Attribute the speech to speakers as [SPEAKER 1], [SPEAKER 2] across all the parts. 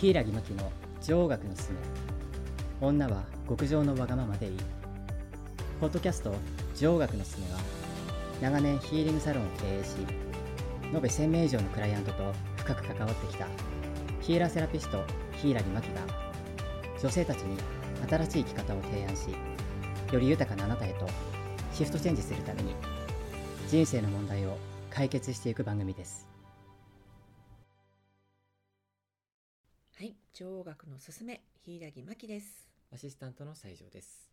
[SPEAKER 1] 柊真希の女王学のすすめ女は極上のわがままでいいポッドキャスト女王学のすすめは長年ヒーリングサロンを経営し延べ1000名以上のクライアントと深く関わってきたヒーラーセラピスト柊真希が女性たちに新しい生き方を提案しより豊かなあなたへとシフトチェンジするために人生の問題を解決していく番組です
[SPEAKER 2] はい、女王学のすすめ、柊木真希です。
[SPEAKER 1] アシスタントの西条です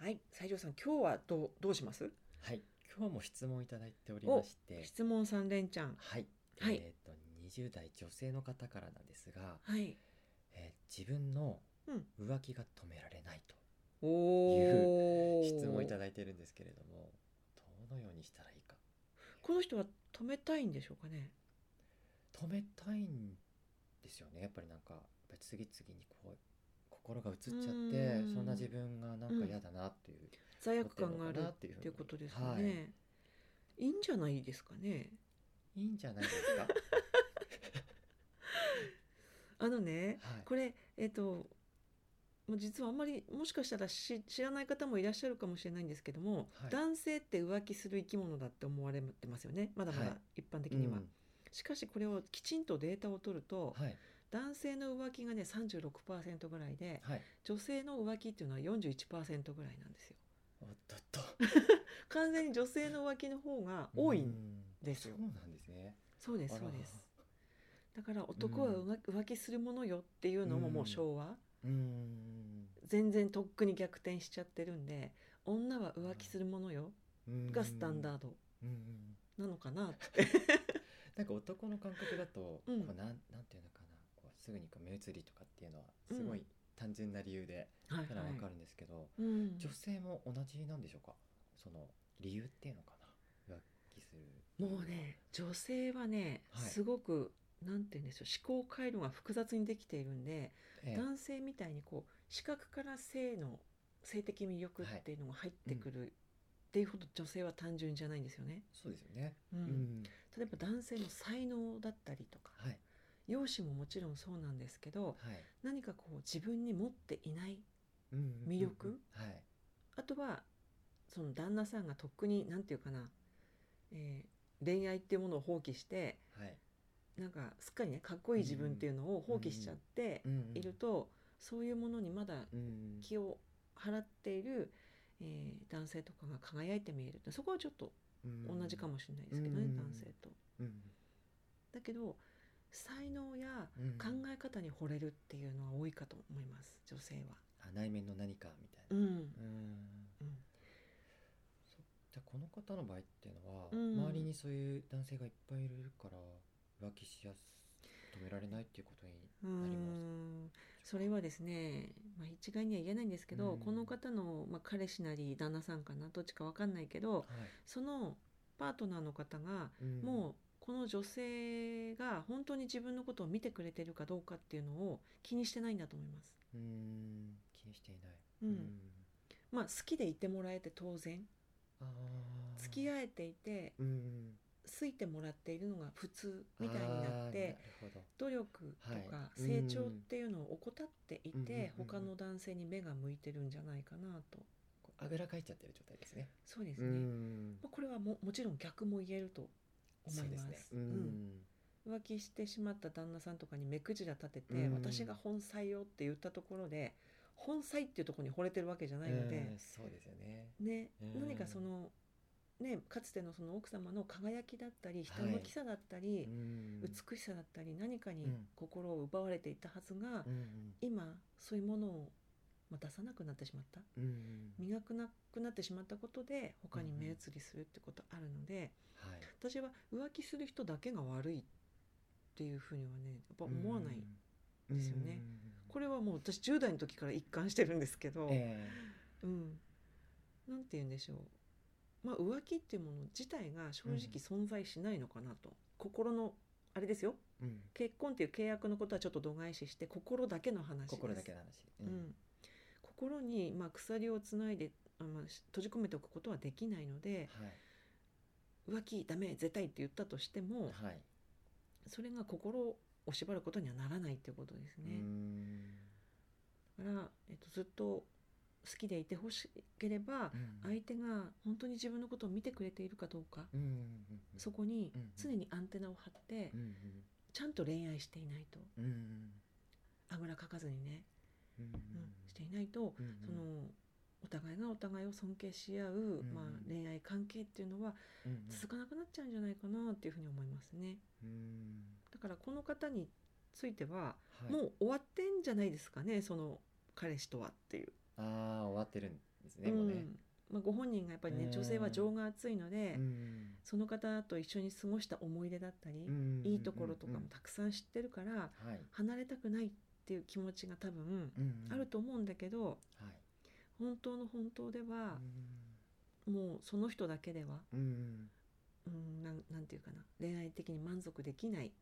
[SPEAKER 2] はい、西条さん、今日はどう、どうします。
[SPEAKER 1] はい今日も質問いただいておりまして
[SPEAKER 2] 質問三連ちゃん。
[SPEAKER 1] はい、
[SPEAKER 2] はい
[SPEAKER 1] えっ、と20代女性の方からなんですが、
[SPEAKER 2] はい。
[SPEAKER 1] えー自分の
[SPEAKER 2] うん
[SPEAKER 1] 浮気が止められない
[SPEAKER 2] おお。
[SPEAKER 1] と質問いただいてるんですけれどもどのようにしたらいいか
[SPEAKER 2] この人は止めたいんでしょうかね。
[SPEAKER 1] 止めたいんですよねやっぱりなんかやっぱり次々にこう心が移っちゃって
[SPEAKER 2] うん
[SPEAKER 1] そんな自分がなんか嫌だなっていう、
[SPEAKER 2] 罪悪感がある
[SPEAKER 1] 持っるのかな
[SPEAKER 2] って
[SPEAKER 1] っていうふうに
[SPEAKER 2] ていうことですかね。い、いんじゃないですかね。
[SPEAKER 1] いいんじゃないですか は
[SPEAKER 2] あのね、
[SPEAKER 1] い
[SPEAKER 2] これ、えっ、と。もう実はあんまりもしかしたらし知らない方もいらっしゃるかもしれないんですけども、
[SPEAKER 1] はい
[SPEAKER 2] 男性って浮気する生き物だって思われてますよねまだま
[SPEAKER 1] は
[SPEAKER 2] だ一般的には、
[SPEAKER 1] うん
[SPEAKER 2] しかしこれをきちんとデータを取ると、
[SPEAKER 1] はい
[SPEAKER 2] 男性の浮気がね36%ぐらいで
[SPEAKER 1] はい
[SPEAKER 2] 女性の浮気っていうのは41%ぐらいなんですよ
[SPEAKER 1] おっとっと
[SPEAKER 2] 完全に女性の浮気の方が多いんですよ
[SPEAKER 1] うんそうなんですね
[SPEAKER 2] そうです
[SPEAKER 1] あら
[SPEAKER 2] そうですだから男は浮浮気するものよっていうのももう昭和
[SPEAKER 1] うーん
[SPEAKER 2] 全然とっくに逆転しちゃってるんで女は浮気するものよがスタンダード
[SPEAKER 1] うんうん
[SPEAKER 2] なのかな
[SPEAKER 1] なんか男の感覚だと、
[SPEAKER 2] うん
[SPEAKER 1] こうなんなんていうのかなこうすぐにこう目移りとかっていうのはすご
[SPEAKER 2] う
[SPEAKER 1] い
[SPEAKER 2] ん
[SPEAKER 1] 単純な理由で
[SPEAKER 2] はい
[SPEAKER 1] からわか
[SPEAKER 2] はい
[SPEAKER 1] るんですけど、
[SPEAKER 2] うん
[SPEAKER 1] 女性も同じなんでしょうかその理由っていうのかな浮気する
[SPEAKER 2] もうね女性はね
[SPEAKER 1] はい
[SPEAKER 2] すごくなんて言うんでしょう思考回路が複雑にできているんで
[SPEAKER 1] ええ
[SPEAKER 2] 男性みたいにこう視覚から性の性的魅力っていうのが入ってくる、っていうほど女性は単純じゃないんですよね、
[SPEAKER 1] そうですよね、
[SPEAKER 2] うん
[SPEAKER 1] うん
[SPEAKER 2] 例えば男性の才能だったりとか
[SPEAKER 1] はい
[SPEAKER 2] 容姿ももちろんそうなんですけど
[SPEAKER 1] はい
[SPEAKER 2] 何かこう自分に持っていない
[SPEAKER 1] うんうんうんうん
[SPEAKER 2] 魅力
[SPEAKER 1] はい
[SPEAKER 2] あとはその旦那さんがとっくに何て言うかな、えー恋愛っていうものを放棄して
[SPEAKER 1] はい、
[SPEAKER 2] なんかすっかりねかっこいい自分っていうのを放棄しちゃって
[SPEAKER 1] うんうん
[SPEAKER 2] いると、そういうものにまだ
[SPEAKER 1] うん
[SPEAKER 2] 気を払っている、えー男性とかが輝いて見えるそこはちょっと
[SPEAKER 1] うん
[SPEAKER 2] 同じかもしれないですけどね、
[SPEAKER 1] うん
[SPEAKER 2] 男性と。
[SPEAKER 1] うん
[SPEAKER 2] だけど才能や
[SPEAKER 1] うん
[SPEAKER 2] 考え方に惚れるっていうのは多いかと思います女性は。
[SPEAKER 1] あ内面の何かみたいな
[SPEAKER 2] うん
[SPEAKER 1] うん
[SPEAKER 2] うん
[SPEAKER 1] そじゃあこの方の場合っていうのは、
[SPEAKER 2] うん
[SPEAKER 1] 周りにそういう男性がいっぱいいるから浮気しやす止められないっていうことに
[SPEAKER 2] うー
[SPEAKER 1] なります
[SPEAKER 2] んそれはですね、まあ、一概には言えないんですけど、
[SPEAKER 1] うん
[SPEAKER 2] この方の、まあ、彼氏なり旦那さんかなどっちか分かんないけ
[SPEAKER 1] は
[SPEAKER 2] ど
[SPEAKER 1] い
[SPEAKER 2] そのパートナーの方が
[SPEAKER 1] うん
[SPEAKER 2] もうこの女性が本当に自分のことを見てくれてるかどうかっていうのを気にしてないんだと思います。
[SPEAKER 1] うーん気にしていない、
[SPEAKER 2] うんまあ好きでいてもらえて当然
[SPEAKER 1] あー
[SPEAKER 2] 付き合えていて
[SPEAKER 1] うん
[SPEAKER 2] 好いてもらっているのが普通みたいになっ
[SPEAKER 1] あーな
[SPEAKER 2] て
[SPEAKER 1] るほど
[SPEAKER 2] 努力と
[SPEAKER 1] は
[SPEAKER 2] か
[SPEAKER 1] い
[SPEAKER 2] 成長っていうのを怠ってい
[SPEAKER 1] うんうんうんうん
[SPEAKER 2] て他の男性に目が向いてるんじゃないかなと
[SPEAKER 1] こうあぐらかいちゃってる状態ですね
[SPEAKER 2] そうです
[SPEAKER 1] う
[SPEAKER 2] ね、
[SPEAKER 1] ん
[SPEAKER 2] まあ、これはももちろん逆も言えると思います
[SPEAKER 1] う。ん
[SPEAKER 2] 浮気してしまった旦那さんとかに目くじら立てて、
[SPEAKER 1] うん
[SPEAKER 2] 私が本妻よって言ったところで本妻っていうところに惚れてるわけじゃないの
[SPEAKER 1] うん
[SPEAKER 2] で、
[SPEAKER 1] そうですよね
[SPEAKER 2] ね
[SPEAKER 1] うん
[SPEAKER 2] 何かその、ね、かつてのその奥様の輝きだったりひたむきさだったり、
[SPEAKER 1] うん
[SPEAKER 2] 美しさだったり何かに
[SPEAKER 1] うん
[SPEAKER 2] 心を奪われていたはずが、
[SPEAKER 1] うん
[SPEAKER 2] 今そういうものをまあ出さなくなってしまった
[SPEAKER 1] うんうん
[SPEAKER 2] 磨くなくなってしまったことで他に
[SPEAKER 1] うんうん
[SPEAKER 2] 目移りするってことあるので。
[SPEAKER 1] はい
[SPEAKER 2] 私は浮気する人だけが悪いっていうふうにはねやっぱ思わない、
[SPEAKER 1] うん
[SPEAKER 2] ですよね
[SPEAKER 1] うん
[SPEAKER 2] これはもう私10代の時から一貫してるんですけど、
[SPEAKER 1] え
[SPEAKER 2] うん、なんて言うんでしょう、まあ、浮気っていうもの自体が正直存在しないのかなと、心のあれですよ
[SPEAKER 1] えうん
[SPEAKER 2] 結婚っていう契約のことはちょっと度外視して心だけの話です
[SPEAKER 1] 心だけの話う
[SPEAKER 2] うん心にまあ鎖をつないで、あまあ、し閉じ込めておくことはできないので
[SPEAKER 1] は
[SPEAKER 2] 浮気ダメ絶対って言ったとしても、
[SPEAKER 1] いはい
[SPEAKER 2] それが心を縛ることにはならないってことです
[SPEAKER 1] う
[SPEAKER 2] ね。
[SPEAKER 1] ん
[SPEAKER 2] だから、えっと、ずっと好きでいてほしければ、相手が本当に自分のことを見てくれているかどうか、
[SPEAKER 1] うんうん
[SPEAKER 2] そこに
[SPEAKER 1] うん
[SPEAKER 2] 常にアンテナを張って、
[SPEAKER 1] うん
[SPEAKER 2] ちゃんと恋愛していないと
[SPEAKER 1] うんうん
[SPEAKER 2] あぐらかかずにね、
[SPEAKER 1] うんうん
[SPEAKER 2] うんしていないと、
[SPEAKER 1] うん
[SPEAKER 2] そのお互いがお互いを尊敬し合う、
[SPEAKER 1] ん
[SPEAKER 2] まあ、恋愛関係っていうのは
[SPEAKER 1] うんうん
[SPEAKER 2] 続かなくなっちゃうんじゃないかなっていうふうに思いますね。
[SPEAKER 1] うん
[SPEAKER 2] だからこの方については、
[SPEAKER 1] はい
[SPEAKER 2] もう終わってんじゃないですかねその彼氏とはっていう。
[SPEAKER 1] ああ終わってるんですねもう
[SPEAKER 2] う
[SPEAKER 1] ね
[SPEAKER 2] んまあ、ご本人がやっぱりね
[SPEAKER 1] うん
[SPEAKER 2] 女性は情が熱いので、
[SPEAKER 1] うん
[SPEAKER 2] その方と一緒に過ごした思い出だったり、
[SPEAKER 1] うん
[SPEAKER 2] いいところとかもたくさん知ってるから、
[SPEAKER 1] はい
[SPEAKER 2] 離れたくないっていう気持ちが多分
[SPEAKER 1] うん
[SPEAKER 2] あると思うんだけど、
[SPEAKER 1] はい
[SPEAKER 2] 本当の本当では
[SPEAKER 1] う、
[SPEAKER 2] もうその人だけでは、
[SPEAKER 1] んうん
[SPEAKER 2] うん、なんなんていうかな恋愛的に満足できない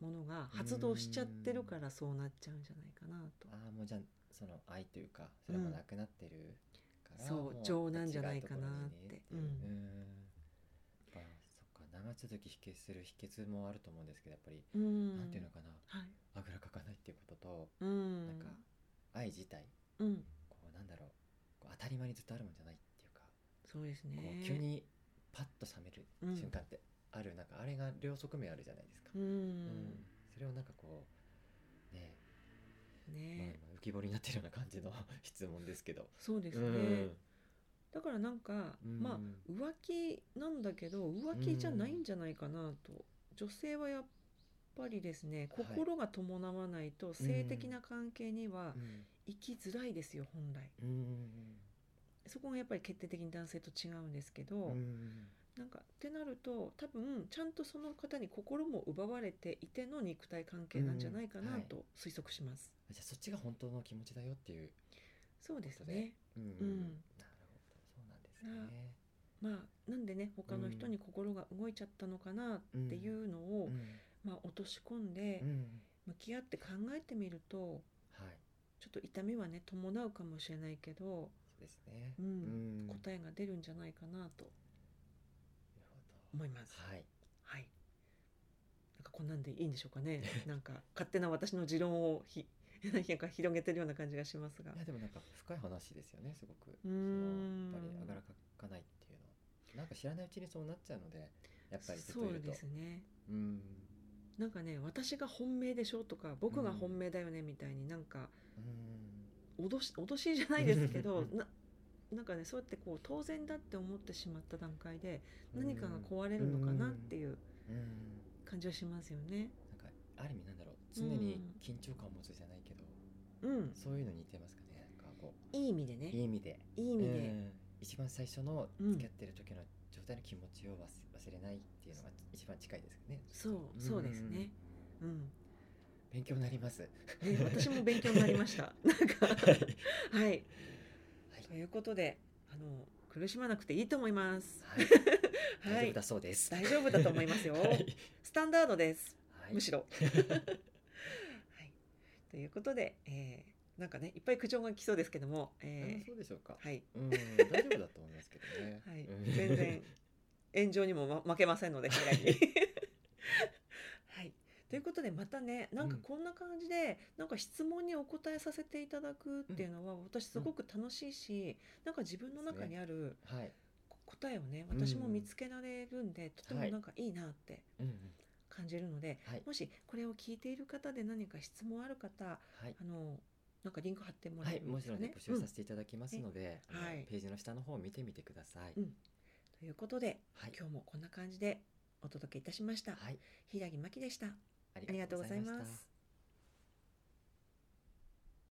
[SPEAKER 2] ものが発動しちゃってるからそうなっちゃうんじゃないかなと。
[SPEAKER 1] ああもうじゃあその愛というかそれもなくなってるから
[SPEAKER 2] そう
[SPEAKER 1] も
[SPEAKER 2] 情なんじゃないかなって
[SPEAKER 1] 違うところにね
[SPEAKER 2] うん
[SPEAKER 1] うーんやっぱそっか長続き秘訣する秘訣もあると思うんですけどやっぱり、
[SPEAKER 2] うん、
[SPEAKER 1] なんていうのかな
[SPEAKER 2] はい、
[SPEAKER 1] あぐらかかないっていうことと、
[SPEAKER 2] うん、
[SPEAKER 1] なんか愛自体
[SPEAKER 2] うん、
[SPEAKER 1] こうなんだろうこう当たり前にずっとあるもんじゃないっていうか、
[SPEAKER 2] そうですね。
[SPEAKER 1] こう急にパッと冷める
[SPEAKER 2] うん
[SPEAKER 1] 瞬間ってある、なんかあれが両側面あるじゃないですか、
[SPEAKER 2] うん、
[SPEAKER 1] うんそれをなんかこうねえ、まあ
[SPEAKER 2] ね、
[SPEAKER 1] 今浮き彫りになってるような感じの 質問ですけど。
[SPEAKER 2] そうですね。だからなんか、
[SPEAKER 1] うん
[SPEAKER 2] まあ浮気なんだけど浮気じゃないんじゃないかなと、女性はやっぱりですね
[SPEAKER 1] はい
[SPEAKER 2] 心が伴わないと性的な関係には
[SPEAKER 1] うん
[SPEAKER 2] 行きづらいですよ本来
[SPEAKER 1] うん
[SPEAKER 2] そこがやっぱり決定的に男性と違うんですけど、
[SPEAKER 1] うん
[SPEAKER 2] なんかってなると多分ちゃんとその方に心も奪われていての肉体関係なんじゃないか
[SPEAKER 1] うん
[SPEAKER 2] な
[SPEAKER 1] はい
[SPEAKER 2] と推測します、
[SPEAKER 1] じゃあそっちが本当の気持ちだよっていう。
[SPEAKER 2] そうです
[SPEAKER 1] そう
[SPEAKER 2] ね
[SPEAKER 1] うん
[SPEAKER 2] う
[SPEAKER 1] な
[SPEAKER 2] ん
[SPEAKER 1] るほどそうなんですね。
[SPEAKER 2] まあなんでね他の人に心が動いちゃったのかなっていうのを、
[SPEAKER 1] うん
[SPEAKER 2] まあ、落とし込んで
[SPEAKER 1] うん
[SPEAKER 2] 向き合って考えてみると
[SPEAKER 1] はい
[SPEAKER 2] ちょっと痛みはね伴うかもしれないけど、
[SPEAKER 1] そうですね。
[SPEAKER 2] うん
[SPEAKER 1] うん
[SPEAKER 2] 答えが出るんじゃないかな
[SPEAKER 1] なるほ
[SPEAKER 2] と
[SPEAKER 1] ど
[SPEAKER 2] 思います。
[SPEAKER 1] はい
[SPEAKER 2] はいなんかこんなんでいいんでしょうか ねなんか勝手な私の持論をひ なんか広げてるような感じがしますが
[SPEAKER 1] いやでもなんか深い話ですよねすごく。そ
[SPEAKER 2] ん
[SPEAKER 1] のやっぱりあがらかかないっていうのなんか知らないうちにそうなっちゃうのでやっぱりずっ
[SPEAKER 2] そ
[SPEAKER 1] というると。
[SPEAKER 2] ですね
[SPEAKER 1] うん
[SPEAKER 2] なんかね私が本命でしょとか僕が本命だよねみたいになんか
[SPEAKER 1] うん
[SPEAKER 2] 脅し脅しじゃないですけどななんかねそうやってこう当然だって思ってしまった段階で何かが壊れるのかなっていう
[SPEAKER 1] うん
[SPEAKER 2] 感じはしますよね。
[SPEAKER 1] なんかある意味なんだろう常に緊張感を持つじゃないけど、
[SPEAKER 2] うん、
[SPEAKER 1] そういうのに似てますかねなんかこ
[SPEAKER 2] いい意味でね
[SPEAKER 1] ういい意味で
[SPEAKER 2] いい意味で、
[SPEAKER 1] うん一番最初の
[SPEAKER 2] うん
[SPEAKER 1] 付き合ってる時の状態の気持ちを忘忘れないっていうのが一番近いですかね
[SPEAKER 2] そうそうですね。うん、
[SPEAKER 1] 勉強になります
[SPEAKER 2] ね私も勉強になりま した。なんかはい、ということであの苦しまなくていいと思います。
[SPEAKER 1] はい、
[SPEAKER 2] は
[SPEAKER 1] 大丈夫
[SPEAKER 2] い
[SPEAKER 1] だそうです
[SPEAKER 2] 大丈夫だと思いますよ。
[SPEAKER 1] はい
[SPEAKER 2] スタンダードです。
[SPEAKER 1] はい
[SPEAKER 2] むしろ。はい、ということで、えー、なんかねいっぱい苦情が来そうですけども、
[SPEAKER 1] あ
[SPEAKER 2] え
[SPEAKER 1] そうでしょう か、
[SPEAKER 2] ー、はい
[SPEAKER 1] うん大丈夫だと思いますけどね
[SPEAKER 2] はい
[SPEAKER 1] うん、
[SPEAKER 2] 全然炎上にも、ま、負けません ので被害に。はい、ということでまたねなんか
[SPEAKER 1] うん
[SPEAKER 2] こんな感じで、なんか質問にお答えさせていただくっていうのは私すごく楽しいし、なんか自分の中にある
[SPEAKER 1] はい、
[SPEAKER 2] こ答えをね
[SPEAKER 1] うん
[SPEAKER 2] 私も見つけられるんで、とてもなんかいいなって
[SPEAKER 1] うんうん、
[SPEAKER 2] 感じるので、
[SPEAKER 1] はい
[SPEAKER 2] もしこれを聞いている方で何か質問ある方
[SPEAKER 1] はい
[SPEAKER 2] あのなんかリンク貼ってもら
[SPEAKER 1] は
[SPEAKER 2] え
[SPEAKER 1] い、
[SPEAKER 2] ま
[SPEAKER 1] も
[SPEAKER 2] す
[SPEAKER 1] ち
[SPEAKER 2] か
[SPEAKER 1] ろんね
[SPEAKER 2] ね。
[SPEAKER 1] 募集
[SPEAKER 2] うん
[SPEAKER 1] させていただきますので、あの
[SPEAKER 2] はい
[SPEAKER 1] ページの下の方を見てみてください、
[SPEAKER 2] うんということで
[SPEAKER 1] はい、
[SPEAKER 2] 今日もこんな感じでお届けいたしました。
[SPEAKER 1] はい、
[SPEAKER 2] 平木真希でした。
[SPEAKER 1] あ
[SPEAKER 2] ありがとうございます。